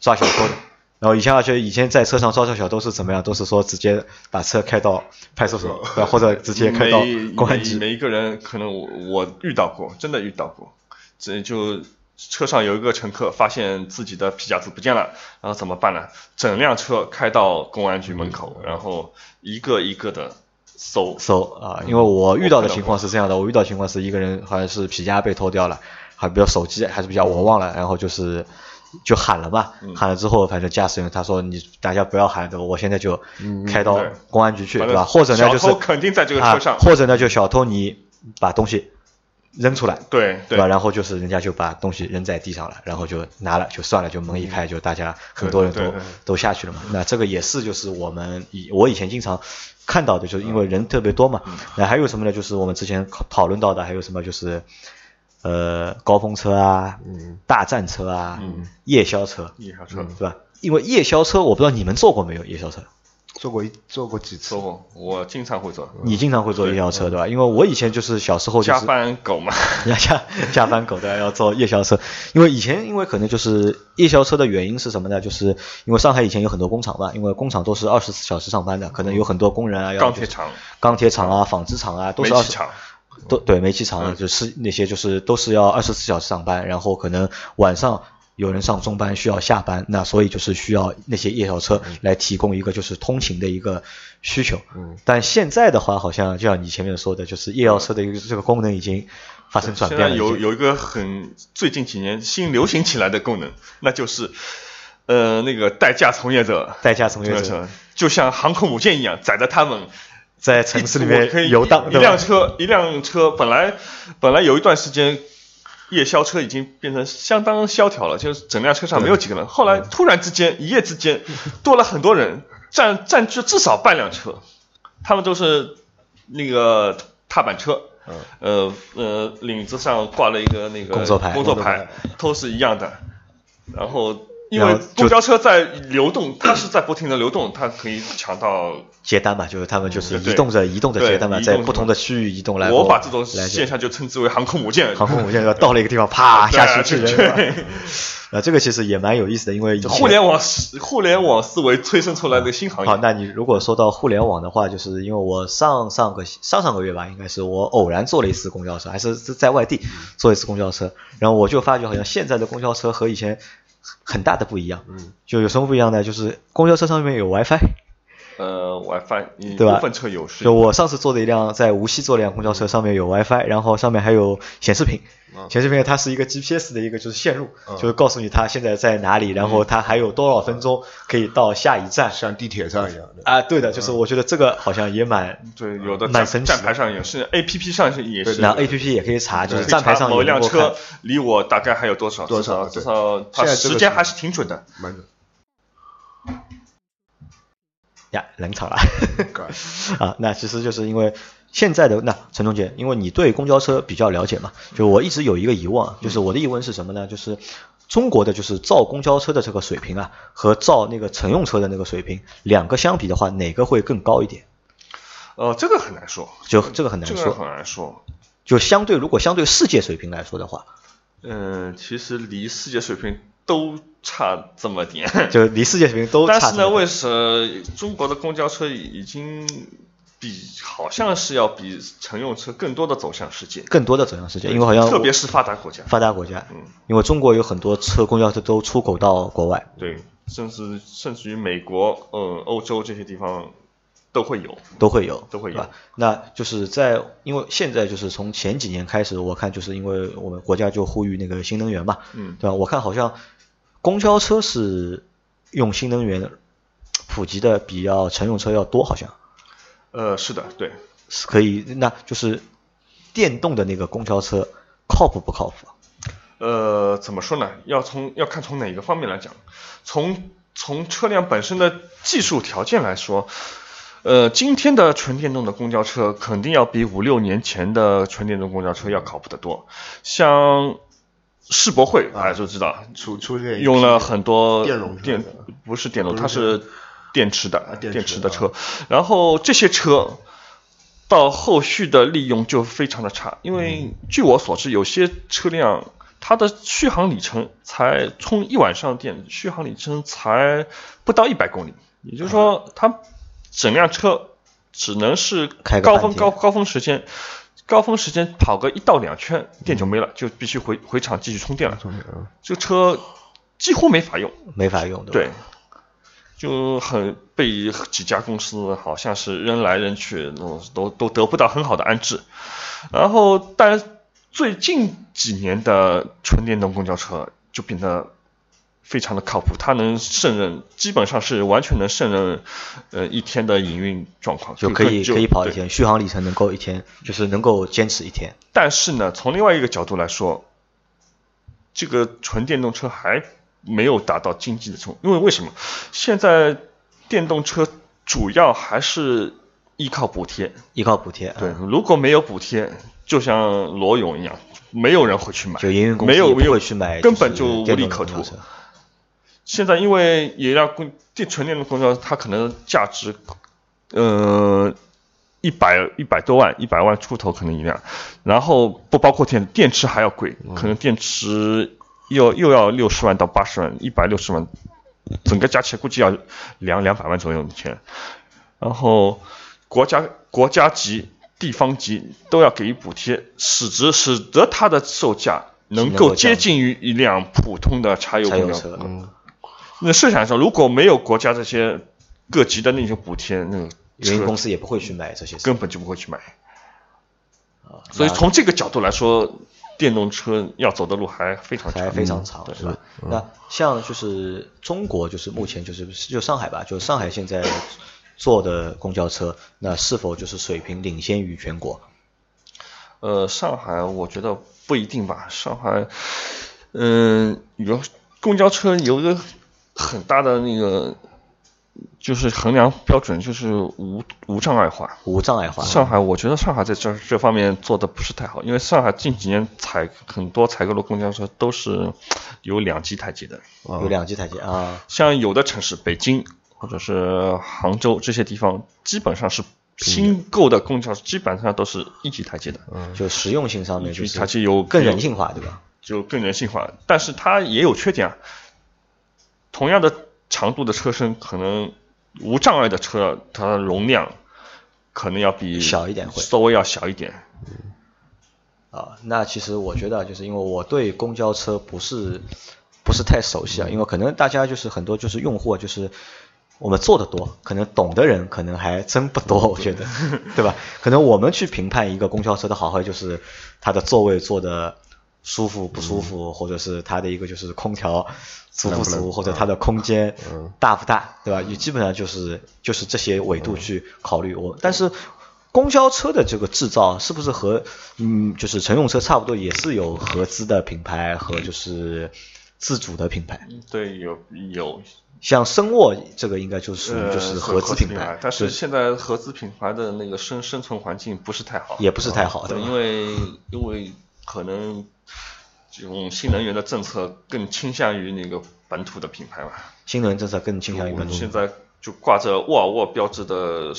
Speaker 2: 抓小偷的。然后以前而啊且以前在车上抓小偷是怎么样？都是说直接把车开到派出所，对吧或者直接开到
Speaker 3: 每
Speaker 2: 公安
Speaker 3: 每
Speaker 2: 局。
Speaker 3: 每一个人，可能我我遇到过，真的遇到过，这就车上有一个乘客发现自己的皮夹子不见了，然后怎么办呢？整辆车开到公安局门口，
Speaker 2: 嗯
Speaker 3: 然后一个一个的搜，
Speaker 2: 搜
Speaker 3: 嗯
Speaker 2: 啊，因为我遇到的情况是这样的，我遇到情况是一个人好像是皮夹被偷掉了，还比较手机还是比较我忘了，然后就是就喊了嘛，
Speaker 3: 嗯
Speaker 2: 喊了之后反正驾驶员他说你大家不要喊，对吧？我现在就开到
Speaker 3: 嗯对
Speaker 2: 公安局去，
Speaker 3: 反
Speaker 2: 对
Speaker 3: 正
Speaker 2: 吧？或者呢就
Speaker 3: 小
Speaker 2: 是
Speaker 3: 偷肯定在这个
Speaker 2: 啊
Speaker 3: 车上，
Speaker 2: 或者呢就小偷你把东西扔出来，
Speaker 3: 对
Speaker 2: 对吧？然后就是人家就把东西扔在地上了，然后就拿了，就算了，就门一开，就大家很多人
Speaker 3: 对
Speaker 2: 都
Speaker 3: 对对
Speaker 2: 都下去了嘛。那这个也是就是我们以我以前经常看到的，就是因为人特别多嘛。那还有什么呢？就是我们之前讨讨论到的，还有什么就是呃高峰车啊，大战车啊，夜宵车，
Speaker 3: 一条车。
Speaker 2: 对吧？因为夜宵车，我不知道你们坐过没有夜宵车。
Speaker 4: 坐过一坐过几次
Speaker 3: 搜，过，我经常会做，
Speaker 2: 你经常会坐夜宵车对吧？因为我以前就是小时候就
Speaker 3: 加
Speaker 2: 是
Speaker 3: 班狗嘛，
Speaker 2: [LAUGHS] 要下下班狗的要坐夜宵车，因为以前因为可能就是夜宵车的原因是什么呢？就是因为上海以前有很多工厂嘛，因为工厂都是二十四小时上班的，可能有很多工人啊，要
Speaker 3: 钢铁厂、
Speaker 2: 钢铁厂啊、纺织厂啊，都
Speaker 3: 煤
Speaker 2: 是二
Speaker 3: 气
Speaker 2: 十
Speaker 3: 厂，
Speaker 2: 都
Speaker 3: 嗯
Speaker 2: 对煤气厂啊就是那些就是都是要二十四小时上班，然后可能晚上有人上中班需要下班，那所以就是需要那些夜校车
Speaker 3: 嗯
Speaker 2: 来提供一个就是通勤的一个需求。嗯，但现在的话，好像就像你前面说的，就是夜校车的一个这个功能已经发生转
Speaker 3: 现
Speaker 2: 变
Speaker 3: 在
Speaker 2: 了。
Speaker 3: 有
Speaker 2: 已经
Speaker 3: 有一个很最近几年新流行起来的功能，那就是，呃，那个代驾从业者，
Speaker 2: 代驾从业
Speaker 3: 从
Speaker 2: 者
Speaker 3: 就像航空母舰一样载着他们。
Speaker 2: 在城市里面
Speaker 3: 一直我可以
Speaker 2: 游荡，
Speaker 3: 一一
Speaker 2: 对
Speaker 3: 辆
Speaker 2: 吧？
Speaker 3: 车一辆车本来本来有一段时间。夜宵车已经变成相当萧条了，就是整辆车上没有几个人。后来突然之间，一夜之间多了很多人，占占据至少半辆车。他们都是那个踏板车，呃呃，领子上挂了一个那个
Speaker 2: 嗯工作牌
Speaker 3: 工作
Speaker 4: 工
Speaker 3: 牌都是一样的。然后因
Speaker 2: 然
Speaker 3: 为
Speaker 2: 后就
Speaker 3: 公交车在流动，它是在不停的流动，它可以抢到
Speaker 2: 接单嘛，就是他们就是
Speaker 3: 嗯对
Speaker 2: 移动着移动着
Speaker 3: 对
Speaker 2: 接单嘛，
Speaker 3: 移
Speaker 2: 在
Speaker 3: 动
Speaker 2: 不
Speaker 3: 着
Speaker 2: 同的区域移动来后。
Speaker 3: 我把这种
Speaker 2: 来接
Speaker 3: 现象就称之为航空母舰。
Speaker 2: 航空母舰要到了一个地方，啪
Speaker 3: [LAUGHS] 对啊
Speaker 2: 下去巨人，
Speaker 3: 对
Speaker 2: 是吧 [LAUGHS] 呃，这个其实也蛮有意思的，因为以前
Speaker 3: 互联网思互联网思维催生出来的新行
Speaker 2: 好，
Speaker 3: 业，
Speaker 2: 那你如果说到互联网的话，就是因为我上上个上上个月吧，应该是我偶然坐了一次公交车，还是在外地坐一次公交车，然后我就发觉好像现在的公交车和以前很大的不一样，嗯，就有什么不一样呢？就是公交车上面有 WiFi，
Speaker 3: 呃，WiFi，你
Speaker 2: 对吧
Speaker 3: 部分车有是
Speaker 2: 就我上次坐的一辆在无锡坐的一辆公交车，上面有 WiFi，然后上面还有显示屏。显示屏它是一个 GPS 的一个就是线路，就是告诉你它现在在哪里，然后它还有多少分钟可以到下一站。
Speaker 4: 像地铁上一样的。
Speaker 2: 啊，对的，就是我觉得这个好像也蛮
Speaker 3: 对有的
Speaker 2: 蛮
Speaker 3: 站
Speaker 2: 神奇的
Speaker 3: 站牌上也是，APP 上是也是
Speaker 2: 然后 A P P 也可以查，就是站牌上
Speaker 3: 某
Speaker 2: 有
Speaker 3: 一辆
Speaker 2: 能够看
Speaker 3: 车离我大概还有多少？
Speaker 4: 多少
Speaker 3: 至
Speaker 4: 对
Speaker 3: 少至少它
Speaker 4: 现在这个
Speaker 3: 时间
Speaker 4: 是
Speaker 3: 还是挺准的。
Speaker 4: 蛮
Speaker 2: 呀冷场了
Speaker 4: 搞笑
Speaker 2: 啊。那其实就是因为现在的那陈同学，因为你对公交车比较了解嘛，就我一直有一个疑问啊，就是我的疑问是什么呢？就是中国的就是造公交车的这个水平啊，和造那个乘用车的那个水平，两个相比的话，哪个会更高一点？
Speaker 3: 呃，这个很难说，
Speaker 2: 就这个很难
Speaker 3: 这个
Speaker 2: 说。
Speaker 3: 很难说。
Speaker 2: 就相对如果相对世界水平来说的话，
Speaker 3: 嗯，其实离世界水平都差这么点。
Speaker 2: 就离世界水平都差
Speaker 3: 但
Speaker 2: 这么
Speaker 3: 是
Speaker 2: 多。
Speaker 3: 呢，为什中国的公交车已经比好像是要比乘用车更多的走向世界，
Speaker 2: 更多的走向世界，因为好像
Speaker 3: 特别是发达国家，
Speaker 2: 发达国家，
Speaker 3: 嗯，
Speaker 2: 因为中国有很多车公交车都出口到国外，
Speaker 3: 对，甚至甚至于美国、嗯、欧洲这些地方都会有，
Speaker 2: 都会有，
Speaker 3: 都会有
Speaker 2: 对吧？那就是在因为现在就是从前几年开始，我看就是因为我们国家就呼吁那个新能源嘛，
Speaker 3: 嗯，
Speaker 2: 对吧？我看好像公交车是用新能源普及的比要乘用车要多，好像
Speaker 3: 呃，是的，对，
Speaker 2: 是可以，那就是电动的那个公交车靠谱不靠谱？
Speaker 3: 呃，怎么说呢？要从要看从哪个方面来讲，从从车辆本身的技术条件来说，呃，今天的纯电动的公交车肯定要比五六年前的纯电动公交车要靠谱得多。像世博会，大家都知道，
Speaker 4: 出出现一批
Speaker 3: 用了很多
Speaker 4: 电容车
Speaker 3: 电
Speaker 4: 是吧
Speaker 3: 不是电容，
Speaker 4: 不是
Speaker 3: 它
Speaker 4: 电
Speaker 3: 是电池的
Speaker 4: 啊电池
Speaker 3: 电池的
Speaker 4: 啊
Speaker 3: 车，然后这些车到后续的利用就非常的差，因为据我所知，有些车辆它的续航里程才充一晚上电，续航里程才不到一百公里，也就是说，它整辆车只能是
Speaker 2: 开个
Speaker 3: 高
Speaker 2: 半
Speaker 3: 峰
Speaker 2: 天
Speaker 3: 高高峰时间。高峰时间跑个一到两圈，电就没了，就必须回回厂继续充电了。这个车几乎没法用，
Speaker 2: 没法用，对
Speaker 3: 对
Speaker 2: 吧？，
Speaker 3: 就很被几家公司好像是扔来扔去，都都都得不到很好的安置。然后，但最近几年的纯电动公交车就变得非常的靠谱，它能胜任，基本上是完全能胜任，呃，一天的营运状况，
Speaker 2: 就可以
Speaker 3: 就
Speaker 2: 可以跑一
Speaker 3: 对
Speaker 2: 天，续航里程能够一天，就是能够坚持一天。
Speaker 3: 但是呢，从另外一个角度来说，这个纯电动车还没有达到经济的程度，因为为什么？现在电动车主要还是依靠补贴，
Speaker 2: 依靠补贴，啊
Speaker 3: 对，，如果没有补贴，就像罗勇一样，没有人会去买，
Speaker 2: 就营运公司
Speaker 3: 没有
Speaker 2: 也
Speaker 3: 没
Speaker 2: 不
Speaker 3: 有
Speaker 2: 会去买，
Speaker 3: 根本就是无
Speaker 2: 电
Speaker 3: 利
Speaker 2: 动
Speaker 3: 可
Speaker 2: 公交
Speaker 3: 图。
Speaker 2: 车
Speaker 3: 现在因为有一辆公电纯电动公交，它可能价值，呃，一百一百多万，一百万出头可能一辆，然后不包括电电池还要贵，
Speaker 2: 嗯
Speaker 3: 可能电池又又要六十万到八十万，一百六十万，整个加起来估计要两两百万左右的钱，然后国家国家级、地方级都要给予补贴，使之使得它的售价能
Speaker 2: 能够
Speaker 3: 够接
Speaker 2: 降低
Speaker 3: 近于一辆普通的柴油
Speaker 2: 柴
Speaker 3: 公嗯
Speaker 2: 油
Speaker 3: 交
Speaker 2: 车，嗯
Speaker 3: 那设想一下，如果没有国家这些各级的那种补贴，那个
Speaker 2: 营运
Speaker 3: 车
Speaker 2: 公司也不会去买这些车。
Speaker 3: 根本就不会去买。啊所以从这个角度来说，电动车要走的路还非常
Speaker 2: 还
Speaker 3: 长。
Speaker 2: 非常长，是吧？
Speaker 3: 嗯
Speaker 2: 那像就是中国，就是目前就是就上海吧，就上海现在做的公交车，那是否就是水平领先于全国？
Speaker 3: 呃，上海我觉得不一定吧。上海，嗯、有公交车有一个很大的那个，就是衡量标准就是无无障碍化。
Speaker 2: 无障碍化，
Speaker 3: 上海，我觉得上海在这这方面做的不是太好，因为上海近几年采很多采购的公交车都是有两级台阶的，
Speaker 2: 有两级台阶啊，
Speaker 3: 像有的城市，北京或者是杭州这些地方，基本上是新购的公交车基本上都是一级台阶的，
Speaker 2: 就实用性上面
Speaker 3: 一
Speaker 2: 就
Speaker 3: 级
Speaker 2: 是
Speaker 3: 台阶嗯有
Speaker 2: 更人性化，对吧？
Speaker 3: 就更人性化，但是它也有缺点啊。同样的长度的车身，可能无障碍的车，它的容量可能要比
Speaker 2: 小一点会
Speaker 3: 稍微要小一点。
Speaker 2: 啊，那其实我觉得啊就是因为我对公交车不是不是太熟悉啊，因为可能大家就是很多就是用户啊，就是我们做的多，可能懂的人可能还真不多，我觉得，对吧？可能我们去评判一个公交车的好坏，就是它的座位坐的舒服不舒服，或者是它的一个就是空调足不足，或者它的空间大不大，对吧？也基本上就是就是这些维度去考虑我，但是。公交车的这个制造是不是和嗯，就是乘用车差不多，也是有合资的品牌和就是自主的品牌？
Speaker 3: 对，有有
Speaker 2: 像深沃这个应该就是属于就是
Speaker 3: 呃
Speaker 2: 合资
Speaker 3: 品
Speaker 2: 品牌，
Speaker 3: 但是
Speaker 2: 就
Speaker 3: 现在合资品牌的那个生生存环境不是太好，
Speaker 2: 也不是太好的
Speaker 3: 对，。因为因为可能这种新能源的政策更倾向于那个本土的品牌嘛。
Speaker 2: 新能源政策更倾向于
Speaker 3: 我
Speaker 2: 本
Speaker 3: 们
Speaker 2: 土
Speaker 3: 现，在就挂着沃尔沃标志的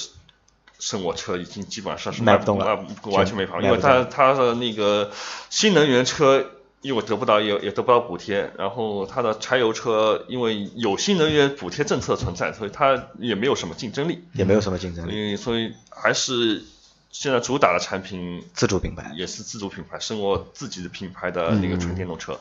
Speaker 3: 生活车已经基本上是
Speaker 2: 卖不
Speaker 3: 不
Speaker 2: 动了
Speaker 3: 完完全没法，
Speaker 2: 全
Speaker 3: 因为
Speaker 2: 卖不
Speaker 3: 它它的那个新能源车一我得不到也也得不到补贴，然后它的柴油车因为有新能源补贴政策存在，所以它也没有什么竞争力，
Speaker 2: 也没有什么竞争
Speaker 3: 所
Speaker 2: 力，
Speaker 3: 以所以还是现在主打的产品
Speaker 2: 自主品牌
Speaker 3: 也是自主品牌，是我自己的品牌的那个纯电动车。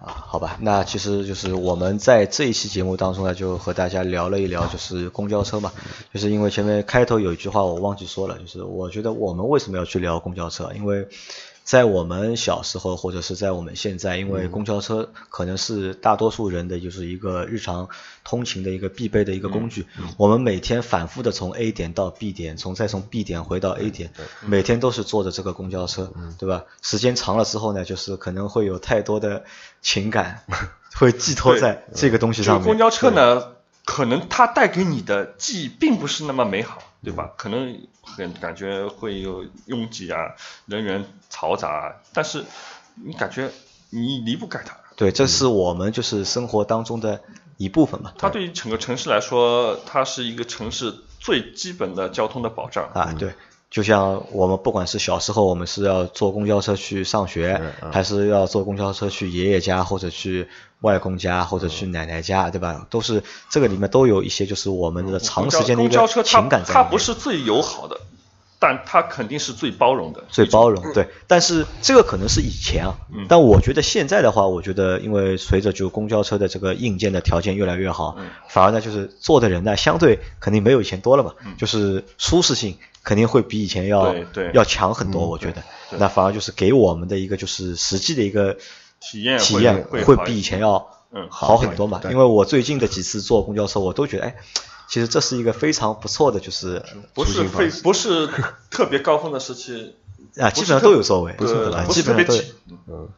Speaker 2: 啊，好吧，那其实就是我们在这一期节目当中呢，就和大家聊了一聊就是公交车嘛，就是因为前面开头有一句话我忘记说了，就是我觉得我们为什么要去聊公交车，因为。在我们小时候，或者是在我们现在，因为
Speaker 3: 嗯
Speaker 2: 公交车可能是大多数人的就是一个日常通勤的一个必备的一个工具。
Speaker 3: 嗯
Speaker 2: 我们每天反复的从 A 点到 B 点，从再从 B 点回到 A 点，每天都是坐着这个公交车，
Speaker 3: 嗯
Speaker 2: 对吧？时间长了之后呢，就是可能会有太多的情感 [LAUGHS] 会寄托在这个东西
Speaker 3: 这
Speaker 2: 上
Speaker 3: 个
Speaker 2: 面。
Speaker 3: 公交车呢，可能它带给你的记忆并不是那么美好，对
Speaker 2: 嗯
Speaker 3: 吧？可能很感觉会有拥挤啊，人员嘈杂啊，但是你感觉你离不开它。
Speaker 2: 对，这是我们就是生活当中的一部分嘛。
Speaker 3: 它对于整个城市来说，它是一个城市最基本的交通的保障。
Speaker 2: 啊，对，就像我们不管是小时候我们是要坐公交车去上
Speaker 3: 嗯
Speaker 2: 学，还是要坐公交车去爷爷家或者去外公家或者去
Speaker 3: 嗯
Speaker 2: 奶奶家，对吧？都是这个里面都有一些就是我们的长时间的一
Speaker 3: 嗯公
Speaker 2: 个
Speaker 3: 交公交车
Speaker 2: 情
Speaker 3: 它
Speaker 2: 感在
Speaker 3: 它
Speaker 2: 里
Speaker 3: 不
Speaker 2: 面。
Speaker 3: 是最友好的，但它肯定是嗯最包容的。
Speaker 2: 最包容，对，但是这个可能是以前啊，
Speaker 3: 嗯
Speaker 2: 但我觉得现在的话，我觉得因为随着就公交车的这个硬件的条件越来越好，
Speaker 3: 嗯
Speaker 2: 反而呢就是坐的人呢相对肯定没有以前多了嘛，就是舒适性肯定会比以前要
Speaker 3: 嗯对对嗯
Speaker 2: 要强很多，我觉得，那反而就是给我们的一个就是实际的一个
Speaker 3: 体验会
Speaker 2: 体验
Speaker 3: 会
Speaker 2: 会
Speaker 3: 好一
Speaker 2: 比以
Speaker 3: 点
Speaker 2: 前要
Speaker 3: 嗯
Speaker 2: 好很多嘛，
Speaker 4: 对
Speaker 2: 因为我最近的几次坐公交车，我都觉得哎，其实这是一个非常不错的就是
Speaker 3: 不是非不是特别高峰的
Speaker 2: [LAUGHS]
Speaker 3: 时期，
Speaker 2: 啊，
Speaker 3: 不
Speaker 2: 基
Speaker 3: 是
Speaker 2: 本上
Speaker 3: 特
Speaker 2: 都有座位，
Speaker 3: 不是特
Speaker 2: 啊
Speaker 3: 别不
Speaker 2: 基
Speaker 3: 是特
Speaker 2: 本上
Speaker 3: 别
Speaker 2: 都有
Speaker 3: 挤。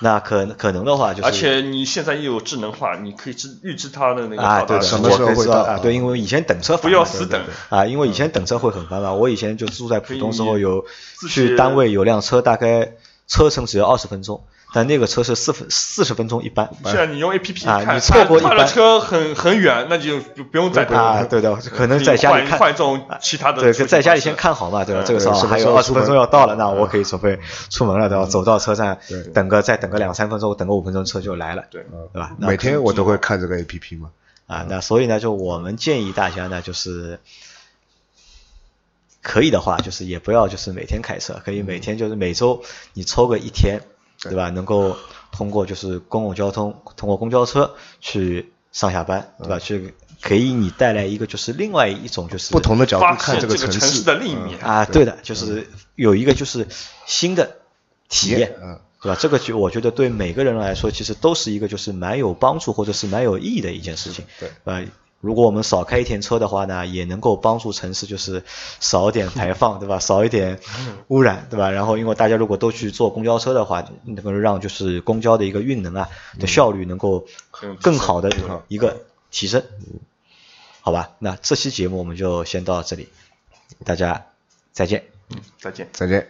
Speaker 2: 那可可能的话，就是
Speaker 3: 而且你现在又有智能化，你可以知预知它的那个
Speaker 2: 啊，
Speaker 3: 到
Speaker 2: 对
Speaker 3: 达
Speaker 2: 的，
Speaker 4: 什
Speaker 3: 时
Speaker 4: 么
Speaker 3: 间
Speaker 2: 我
Speaker 4: 时候
Speaker 2: 可以
Speaker 4: 会
Speaker 2: 知道
Speaker 4: 到
Speaker 2: 啊？对，因为以前等车
Speaker 3: 不
Speaker 2: 烦
Speaker 3: 要
Speaker 2: 嘛
Speaker 3: 死
Speaker 2: 对
Speaker 3: 等
Speaker 2: 不对啊，因为以前等车会很烦嘛。我以前就住在浦东时候
Speaker 3: 可以
Speaker 2: 有
Speaker 3: 自己
Speaker 2: 去单位有辆车，大概车程只要二十分钟，但那个车是四分四十分钟一
Speaker 3: [LAUGHS]
Speaker 2: 班。
Speaker 3: 现在你用 A P P
Speaker 2: 啊
Speaker 3: 看，
Speaker 2: 你错过一
Speaker 3: 他
Speaker 2: 般
Speaker 3: 的车很很远，那就不不用再等
Speaker 2: 啊，对的，可能在家里看
Speaker 3: 换换一种其他的
Speaker 2: 对，
Speaker 3: 出行
Speaker 2: 在家里
Speaker 3: 方式
Speaker 2: 先看好嘛，对吧？
Speaker 3: 嗯
Speaker 2: 这个时候
Speaker 4: 对
Speaker 2: 还
Speaker 4: 什
Speaker 2: 有
Speaker 4: 么
Speaker 2: 二
Speaker 4: 时
Speaker 2: 十
Speaker 4: 候
Speaker 2: 分
Speaker 4: 出
Speaker 2: 钟
Speaker 4: 门
Speaker 2: 要到了，那我可以准备出门了，对吧？走到车站，等个再等个两三分钟，等个五分钟车就来了，
Speaker 3: 对
Speaker 2: 对吧？那
Speaker 4: 每天我都会看这个 A P P 嘛。
Speaker 2: 啊，那所以呢，就我们建议大家呢，就是可以的话，就是也不要就是每天开车，可以每天就是每周你抽个一天，嗯对吧？能够通过就是公共交通，通过公交车去上下班，对吧？去给你带来一个就是另外一种就是
Speaker 4: 不同的角
Speaker 3: 发
Speaker 4: 度看
Speaker 3: 现
Speaker 4: 这
Speaker 3: 这个
Speaker 4: 城
Speaker 3: 城市的另一面。
Speaker 2: 啊，对的，就是有一个就是新的体
Speaker 4: 体
Speaker 2: 验
Speaker 4: 验嗯，
Speaker 2: 对吧？这个就我觉得对每个人来说，其实都是一个就是蛮有帮助或者是蛮有意义的一件事情。
Speaker 4: 对，
Speaker 2: 呃，如果我们少开一天车的话呢，也能够帮助城市就是少点排放，对吧？少一点污染，对吧？然后因为大家如果都去坐公交车的话，能够让就是公交的一个运能啊的效率能够
Speaker 3: 嗯
Speaker 2: 更好的一个提升，好吧？那这期节目我们就先到这里，大家再见。
Speaker 3: 再见。
Speaker 4: 再见。